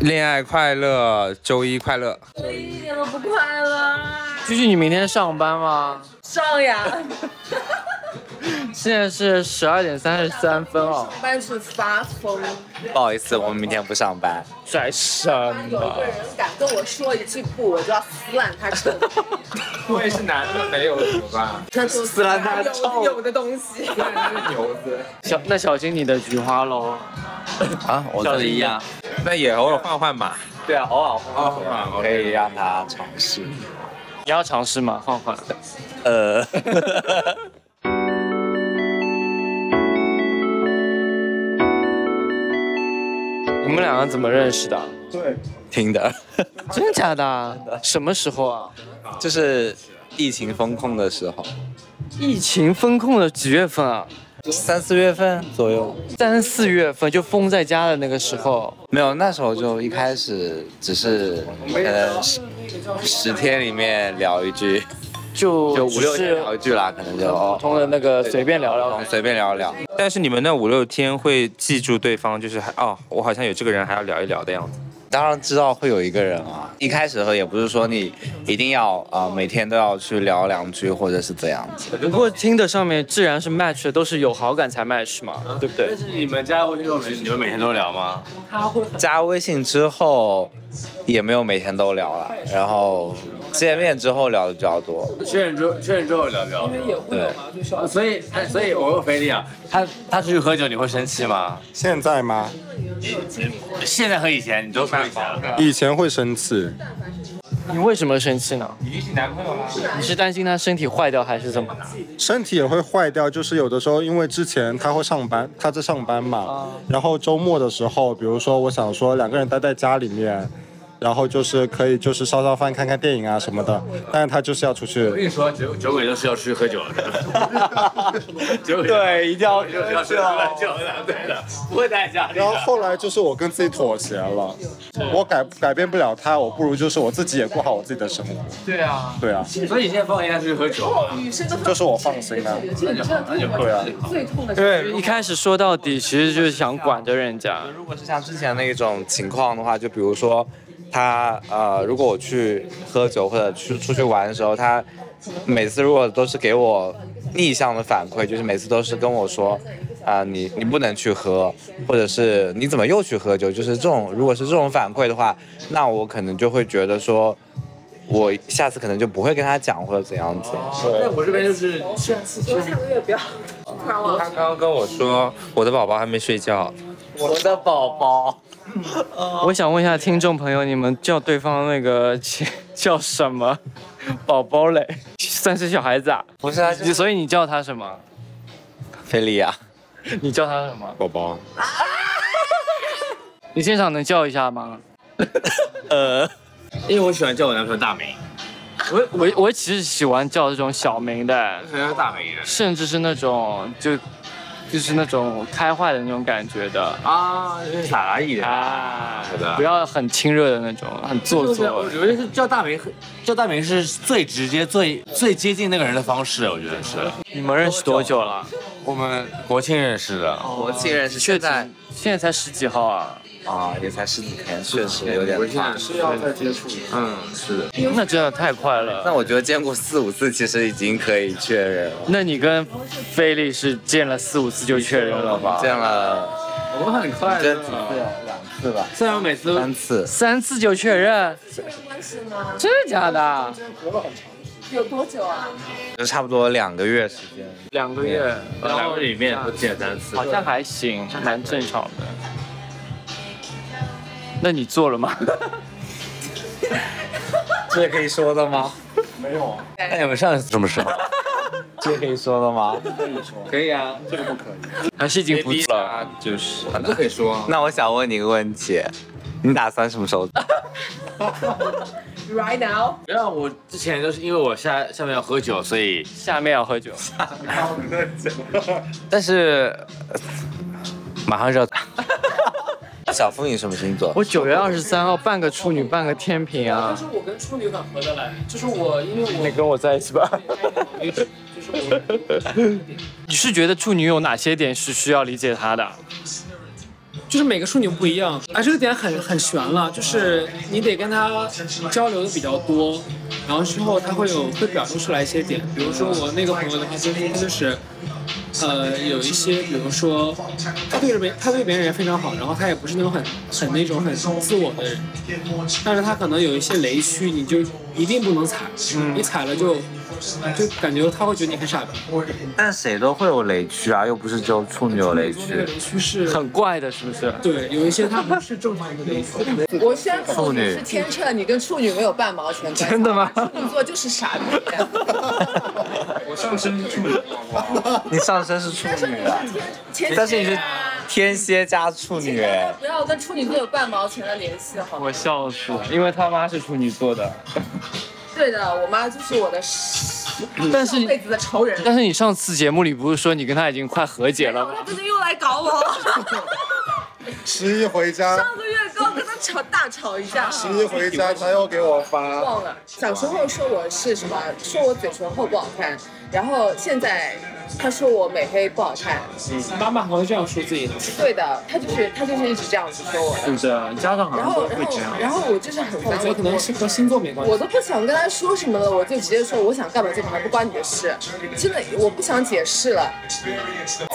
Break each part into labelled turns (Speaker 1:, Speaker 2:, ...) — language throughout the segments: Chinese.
Speaker 1: 恋爱快乐，周一快乐。
Speaker 2: 我一点都不快乐，
Speaker 3: 居居，你明天上班吗？
Speaker 2: 上呀，
Speaker 3: 现在是十二点三十三分哦，
Speaker 2: 班去发疯。
Speaker 4: 不好意思，我们明天不上班。
Speaker 3: 拽什
Speaker 2: 有一个
Speaker 3: 么？
Speaker 2: 人敢跟我说一句不，我就要撕烂他臭，
Speaker 5: 我也是男的，没有怎么办？
Speaker 2: 他说
Speaker 4: 撕烂他的
Speaker 2: 有有的东西。
Speaker 5: 虽然是牛子，
Speaker 3: 小那小心你的菊花喽。
Speaker 4: 啊，我
Speaker 3: 小
Speaker 4: 这
Speaker 3: 心
Speaker 4: 里
Speaker 3: 点
Speaker 4: 呀，
Speaker 1: 那也偶尔换换嘛。
Speaker 3: 对啊，偶尔换。
Speaker 1: 哦，
Speaker 4: 可以让他尝试。
Speaker 3: 你要尝试吗？换换。
Speaker 4: 呃，
Speaker 3: 你们两个怎么认识的？
Speaker 4: 听的，
Speaker 3: 真的假的？什么时候啊？
Speaker 4: 就是疫情风控的时候，
Speaker 3: 疫情封控的几月份啊？
Speaker 4: 三四月份左右。
Speaker 3: 三四月份就封在家的那个时候，
Speaker 4: 没有，那时候就一开始只是可能十十天里面聊一句，
Speaker 3: 就
Speaker 4: 就五六天
Speaker 3: 只是
Speaker 4: 聊一句啦，可能就
Speaker 3: 普
Speaker 4: 哦
Speaker 3: 通的那个随便聊聊。
Speaker 4: 随便聊一聊。
Speaker 1: 但是你们那五六天会记住对方，就是还哦，我好像有这个人，还要聊一聊的样子。
Speaker 4: 当然知道会有一个人啊，一开始的时候也不是说你一定要啊、呃每天都要去聊两句或者是怎样子。
Speaker 3: 不过听的上面自然是 match 的，都是有好感才 match 嘛，对不对？
Speaker 6: 你们加微信都没，你们每天都聊吗？
Speaker 4: 加微信之后也没有每天都聊了，然后见面之后聊的比较多。
Speaker 6: 确认之后，确认之后聊聊。
Speaker 4: 对，
Speaker 6: 啊所以，哎所以我问菲利啊，他他出去喝酒，你会生气吗？
Speaker 7: 现在吗？
Speaker 6: 现在和以前，你都说以前了。
Speaker 7: 以前会生气，
Speaker 3: 你为什么生气呢？你你是担心他身体坏掉还是怎么的？
Speaker 7: 身体也会坏掉。就是有的时候，因为之前他会上班，他在上班
Speaker 3: 啊
Speaker 7: 嘛，然后周末的时候，比如说我想说两个人待在家里面，然后就是可以就是烧烧饭、看看电影啊什么的，但是他就是要出
Speaker 6: 我
Speaker 7: 去。
Speaker 6: 跟你说，酒酒鬼都是要出去喝酒 的。酒鬼
Speaker 4: 对，一定要啊
Speaker 6: 就是要出去喝酒的，对的，不会待在家里
Speaker 7: 然后
Speaker 6: 的。
Speaker 7: 后来就是我跟自己妥协了，我改改变不了他，我不如就是我自己也过好我自己的生活。
Speaker 3: 对啊，
Speaker 7: 对啊，
Speaker 6: 所以你现在放人家出去喝酒吗？
Speaker 2: 女生都
Speaker 7: 就是我放心啊了、
Speaker 6: 那就好，那就好。
Speaker 7: 对啊，
Speaker 2: 最痛的是
Speaker 3: 对，一开始说到底其实就是想管着人家。
Speaker 4: 如果是像之前那种情况的话，就比如说他呃，如果我去喝酒或者去出去玩的时候，他每次如果都是给我逆向的反馈，就是每次都是跟我说啊、你你不能去喝，或者是你怎么又去喝酒，就是这种如果是这种反馈的话，那我可能就会觉得说。我下次可能就不会跟他讲或者怎样子，
Speaker 6: 那我这边就是
Speaker 2: 下个月不要，突然忘
Speaker 1: 他刚刚跟我说，我的宝宝还没睡觉，
Speaker 4: 我的宝宝，
Speaker 3: 我想问一下听众朋友，你们叫对方那个 叫什么？ 宝宝嘞，算是小孩子啊？
Speaker 4: 不是啊，
Speaker 3: 你所以你叫他什么？
Speaker 4: 菲利亚，
Speaker 3: 你叫他什么？
Speaker 7: 宝宝。
Speaker 3: 你现场能叫一下吗？
Speaker 4: 呃，
Speaker 6: 因为我喜欢叫我男朋友大明，
Speaker 3: 我我我其实喜欢叫这种小名的，
Speaker 6: 喜欢叫大明
Speaker 3: 甚至是那种就就是那种开坏的那种感觉的
Speaker 6: 啊，这是啥意思？
Speaker 3: 啊
Speaker 6: 是的，
Speaker 3: 不要很亲热的那种，很做
Speaker 6: 就是
Speaker 3: 作
Speaker 6: 我。觉得是叫大明，叫大明是最直接、最最接近那个人的方式，我觉得是。
Speaker 3: 你们认识多久了？
Speaker 6: 我们国庆认识的，
Speaker 4: 国庆认识，
Speaker 3: 确
Speaker 4: 现
Speaker 3: 实
Speaker 4: 在
Speaker 3: 现在才十几号啊，
Speaker 4: 啊也才十几天，确实有点
Speaker 6: 国庆
Speaker 4: 快
Speaker 6: 认。识要再接触。嗯，是的。
Speaker 3: 那真的太快了。
Speaker 4: 那我觉得见过四五次，其实已经可以确认了。
Speaker 3: 那你跟菲利是见了四五次就确认了吧？
Speaker 4: 见了
Speaker 6: 我们很快
Speaker 4: 这
Speaker 6: 的
Speaker 4: 几。次两次吧，
Speaker 6: 虽然我每次
Speaker 4: 三次。
Speaker 3: 三次就确认，
Speaker 2: 关系呢？
Speaker 3: 真的假的？
Speaker 2: 有多久啊？
Speaker 4: 就差不多两个月时间，
Speaker 3: 两个月，然
Speaker 6: 两
Speaker 3: 后
Speaker 6: 个里面都见三次
Speaker 3: 好，像还行，蛮正常的。那你做了吗？
Speaker 4: 这是可以说的吗？
Speaker 6: 那哎你们上次什么时候？
Speaker 4: 这是可以说的吗？
Speaker 6: 可以啊，
Speaker 3: 还是已经不做了？
Speaker 1: 就是
Speaker 6: 这可以说。
Speaker 4: 那我想问你一个问题，你打算什么时候？
Speaker 2: Right now，
Speaker 6: 然后我之前就是因为我下下面要喝酒，所以
Speaker 3: 下面要喝酒，
Speaker 4: 但是呃马上就要。 小付，你什么星座？
Speaker 3: 我九月二十三号半个处女半个天平啊。
Speaker 8: 我跟处女很合得来，就是我因为我
Speaker 3: 你跟我在一起吧。 你是觉得处女有哪些点是需要理解她的？
Speaker 8: 就是每个处女不一样，啊，这个点很很悬了，就是你得跟他交流的比较多，然后之后他会有会表露出来一些点，比如说我那个朋友的话，就是他就是。呃，有一些，比如说，他对别他对别人也非常好，然后他也不是那种很很那种很自我的人，但是他可能有一些雷区，你就一定不能踩，你踩了就就感觉他会觉得你很傻逼。
Speaker 9: 但谁都会有雷区啊，又不是只有处女有雷
Speaker 8: 那个
Speaker 9: 区。
Speaker 8: 雷区是
Speaker 3: 很怪的，是不是？
Speaker 8: 对，有一些他不是正常的雷区。
Speaker 2: 我宣布
Speaker 9: 处
Speaker 2: 你
Speaker 9: 女
Speaker 2: 是天秤，你跟处女没有半毛钱关系。
Speaker 3: 真的吗
Speaker 2: 处女座就是傻逼。
Speaker 5: 我上身是处女座，哇
Speaker 9: 你上身是处
Speaker 2: 但是你
Speaker 9: 女
Speaker 2: 是
Speaker 9: 啊，
Speaker 2: 天，
Speaker 4: 但是你是天
Speaker 2: 天
Speaker 4: 啊蝎加处女，
Speaker 2: 蝎啊，不要跟处女座有半毛钱的联系，好吗？
Speaker 3: 我笑死了，因为他妈是处女座的。
Speaker 2: 对的，我妈就是我的上
Speaker 3: 但是
Speaker 2: 辈子的仇人。
Speaker 3: 但是你上次节目里不是说你跟他已经快和解
Speaker 2: 然
Speaker 3: 了
Speaker 2: 后
Speaker 3: 吗？
Speaker 2: 他最近又来搞我，
Speaker 7: 十一回家，
Speaker 2: 上个月刚跟他吵大吵一架，
Speaker 7: 十一回家他又给我发，
Speaker 2: 忘了。小时候说我是什么，说我嘴唇厚不好看，然后现在他说我美黑不好看。
Speaker 8: 妈妈好像这样说自己的，
Speaker 2: 对的，他就是他就是一直这样子说我的。
Speaker 9: 是不是？家长好
Speaker 2: 然
Speaker 9: 像都
Speaker 2: 后然
Speaker 9: 会
Speaker 2: 后
Speaker 9: 这样。
Speaker 2: 然后我就是很
Speaker 8: 我
Speaker 2: 烦
Speaker 8: 觉
Speaker 2: 我
Speaker 8: 得可能是和星座没关系。
Speaker 2: 我都不想跟他说什么了，我就直接说我想干嘛就干嘛，不关你的事。真的，我不想解释了。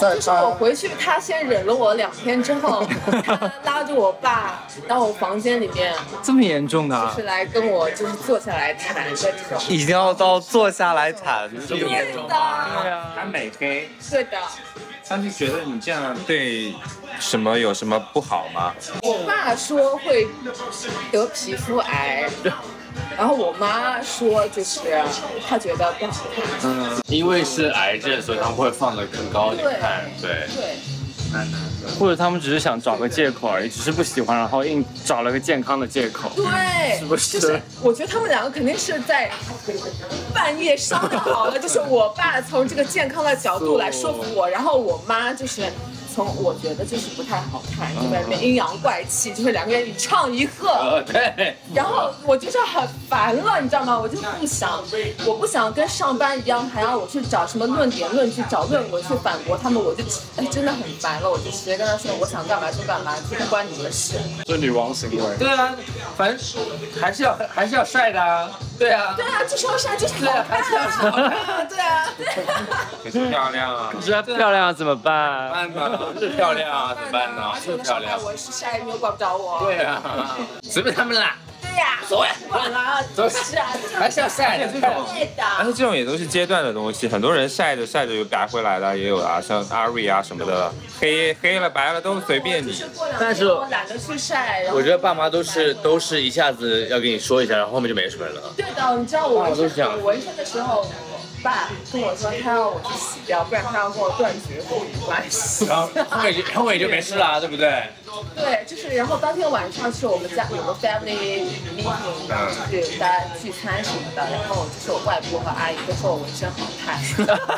Speaker 7: 在
Speaker 2: 就是我
Speaker 7: 他
Speaker 2: 回去，他先忍了我两天之 后，他拉着我爸到我房间里面，
Speaker 3: 这么严重的、啊
Speaker 2: 就？是来跟我就是坐下来谈的这种。
Speaker 4: 一定要到坐下来谈。
Speaker 2: 对的，
Speaker 1: 他美黑，
Speaker 2: 对的。
Speaker 1: 啊他就觉得你这样对什么有什么不好吗？
Speaker 2: 我爸说会得皮肤癌，然后我妈说就是她觉得不好看。
Speaker 6: 因为是癌症，所以他们会放得更高一点看。对，
Speaker 2: 对。
Speaker 3: 或者他们只是想找个借口而已，只是不喜欢，然后硬找了个健康的借口。
Speaker 2: 对，
Speaker 3: 是不是
Speaker 2: 就是我觉得他们两个肯定是在半夜商量好了，就是我爸从这个健康的角度来说服我，然后我妈就是从我觉得就是不太好看，就在那边阴阳怪气，就是两个人一唱一和。
Speaker 6: 呃，对，
Speaker 2: 然后我就是很烦了，你知道吗？我就不想，我不想跟上班一样，还要我去找什么论点论据、找论文去反驳他们，我就哎真的很烦了，我就直接跟他说我想干嘛就干嘛，就不关你的事。
Speaker 6: 这女王行为。
Speaker 8: 对啊，反正还是要还是要帅的啊。对啊，
Speaker 2: 对啊，就是要晒，就是好看啊，对啊，
Speaker 1: 可是漂亮啊！
Speaker 3: 这漂亮怎么办？
Speaker 6: 办吧，是漂亮啊，怎么办呢？
Speaker 2: 说
Speaker 6: 是
Speaker 2: 的上
Speaker 6: 漂 亮
Speaker 2: 班。我是晒，你又管不着我。
Speaker 6: 对啊，随便他们啦，
Speaker 2: 对呀，
Speaker 6: 走啊
Speaker 2: 管了，是啊，
Speaker 6: 还是要晒的。
Speaker 2: 对
Speaker 1: 但
Speaker 2: 的。
Speaker 1: 啊是这种也都是阶段的东西，很多人晒着晒着就白回来了，也有啊，像阿瑞啊什么的，黑黑了白了都随便你。
Speaker 2: 但是我懒得去晒，然后
Speaker 6: 我觉得爸妈都是都是一下子要跟你说一下，然后后面就没什么了。
Speaker 2: 对的，你知道我
Speaker 6: 啊我都
Speaker 2: 纹
Speaker 6: 是这
Speaker 2: 身，
Speaker 6: 样
Speaker 2: 我纹身的时候，我爸跟我说他要我去洗掉，不然他要跟我断绝父女关系。
Speaker 6: 然后后面就后面就没事了啊，对不对？
Speaker 2: 对，就是然后当天晚上是我们家有个 family meeting，然后就是大家聚餐什么的，然后就是我外婆和阿姨都说我纹身好看，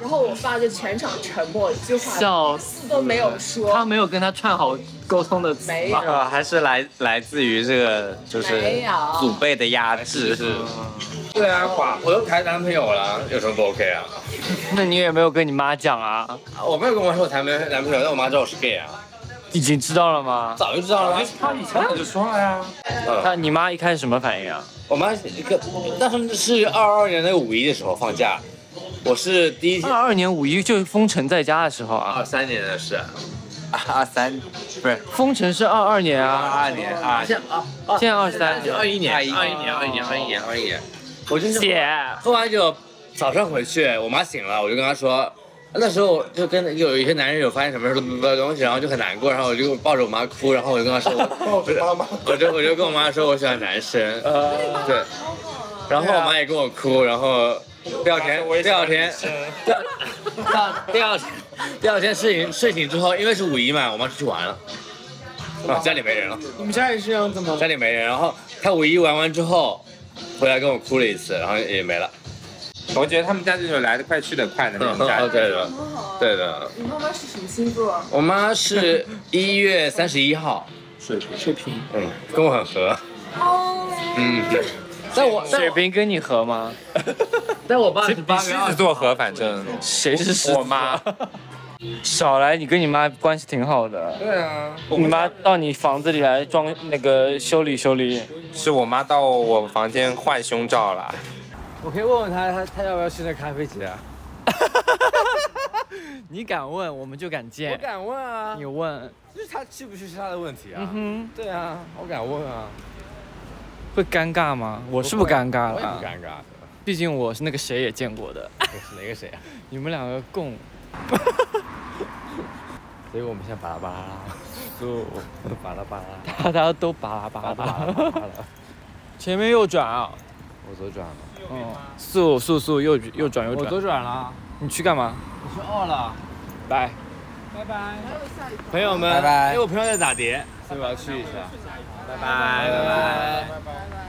Speaker 2: 然后我爸就全场沉默，一句话
Speaker 3: 笑死！
Speaker 2: 字都没有
Speaker 3: 他
Speaker 2: 说，
Speaker 3: 没有跟他串好沟通的词
Speaker 2: 没有
Speaker 3: 吧？
Speaker 4: 是呃吧？还是来来自于这个就是
Speaker 2: 没有
Speaker 4: 祖辈的压制，是
Speaker 6: 对啊，哇，我都谈男朋友了，有什么不 OK 啊？
Speaker 3: 那你也没有跟你妈讲啊？
Speaker 6: 我没有跟我妈说我谈男男朋友，但我妈知道我是 gay 啊，
Speaker 3: 已经知道了吗？
Speaker 6: 早就知道了啊。
Speaker 1: 他以前我就说了呀，
Speaker 3: 他你妈一开始什么反应啊？
Speaker 6: 我妈是一个，当时是二二年那个五一的时候放假，我是第一天
Speaker 3: 二二年五一就是封城在家的时候啊，
Speaker 6: 二三年的事，
Speaker 4: 二啊三不是
Speaker 3: 封城是二二年
Speaker 4: 二
Speaker 3: 啊，
Speaker 4: 二年二
Speaker 6: 现在啊，
Speaker 3: 现在二十三，
Speaker 6: 二一年，
Speaker 4: 二
Speaker 6: 二
Speaker 4: 一
Speaker 6: 一
Speaker 4: 年
Speaker 6: 年，二一年，二一年，二一年，我就是
Speaker 3: 姐，
Speaker 6: 喝完酒，早上回去，我妈醒了，我就跟她说，那时候就跟有一些男人有发现什么什么的东西，然后就很难过，然后我就抱着我妈哭，然后我就跟她 说，我不是我就我就跟我妈说我喜欢男生，对，然后我妈也跟我哭，然后第二
Speaker 8: 啊
Speaker 6: 天第二天第二第二天第二天睡醒睡醒之后，因为是五一嘛，我妈出去玩了，啊家里没人了。
Speaker 8: 你们家也是这样子吗？
Speaker 6: 家里没人，然后他五一玩完之后，回来跟我哭了一次，然后也没了。
Speaker 1: 我觉得他们家这种来得快去得快 的那种家
Speaker 4: 嗯
Speaker 6: 哦，
Speaker 1: 庭。
Speaker 6: 对的，对的。
Speaker 2: 你妈妈是什么星座？啊
Speaker 6: 我妈是一月三十一号，
Speaker 8: 水平。
Speaker 6: 嗯，跟我很合。
Speaker 2: 哦，
Speaker 6: 嗯，但我但
Speaker 3: 雪
Speaker 6: 我
Speaker 3: 冰跟你合吗？
Speaker 6: 但我爸是
Speaker 1: 比
Speaker 6: 八
Speaker 1: 狮
Speaker 6: 月
Speaker 1: 子
Speaker 6: 二，
Speaker 1: 座和反正
Speaker 3: 谁是狮子
Speaker 1: 我妈，
Speaker 3: 少来，你跟你妈关系挺好的。
Speaker 10: 对啊，
Speaker 3: 你妈到你房子里来装那个修理修理。
Speaker 10: 是我妈到我房间换胸罩了。
Speaker 6: 我可以问问他，他他要不要去那咖啡节啊？
Speaker 3: 你敢问，我们就敢见。
Speaker 6: 我敢问啊，
Speaker 3: 你问，
Speaker 6: 就是他去不去是他的问题啊。
Speaker 3: 嗯
Speaker 6: 对啊，我敢问啊，
Speaker 3: 会尴尬吗？我是不尴尬
Speaker 6: 我也
Speaker 3: 了
Speaker 6: 不，尴尬。
Speaker 3: 毕竟我是那个谁也见过 的。
Speaker 6: 哪个谁啊？
Speaker 3: 你们两个共，
Speaker 6: 所以我们现在巴拉巴拉，就巴拉巴拉，
Speaker 3: 大家都巴拉巴
Speaker 6: 巴拉巴
Speaker 3: 拉。
Speaker 6: 拉。
Speaker 3: 前面右转啊，
Speaker 6: 我左转了，
Speaker 3: 嗯，速速速，右右转右
Speaker 6: 我左
Speaker 3: 转。啊
Speaker 6: 转了，
Speaker 3: 你去干嘛？
Speaker 6: 我去二了，
Speaker 3: 来，
Speaker 6: 拜拜。
Speaker 11: 朋友们，
Speaker 4: 拜拜
Speaker 11: 因为我朋友在打碟，所以我要去一下，拜拜拜拜。
Speaker 6: 拜拜。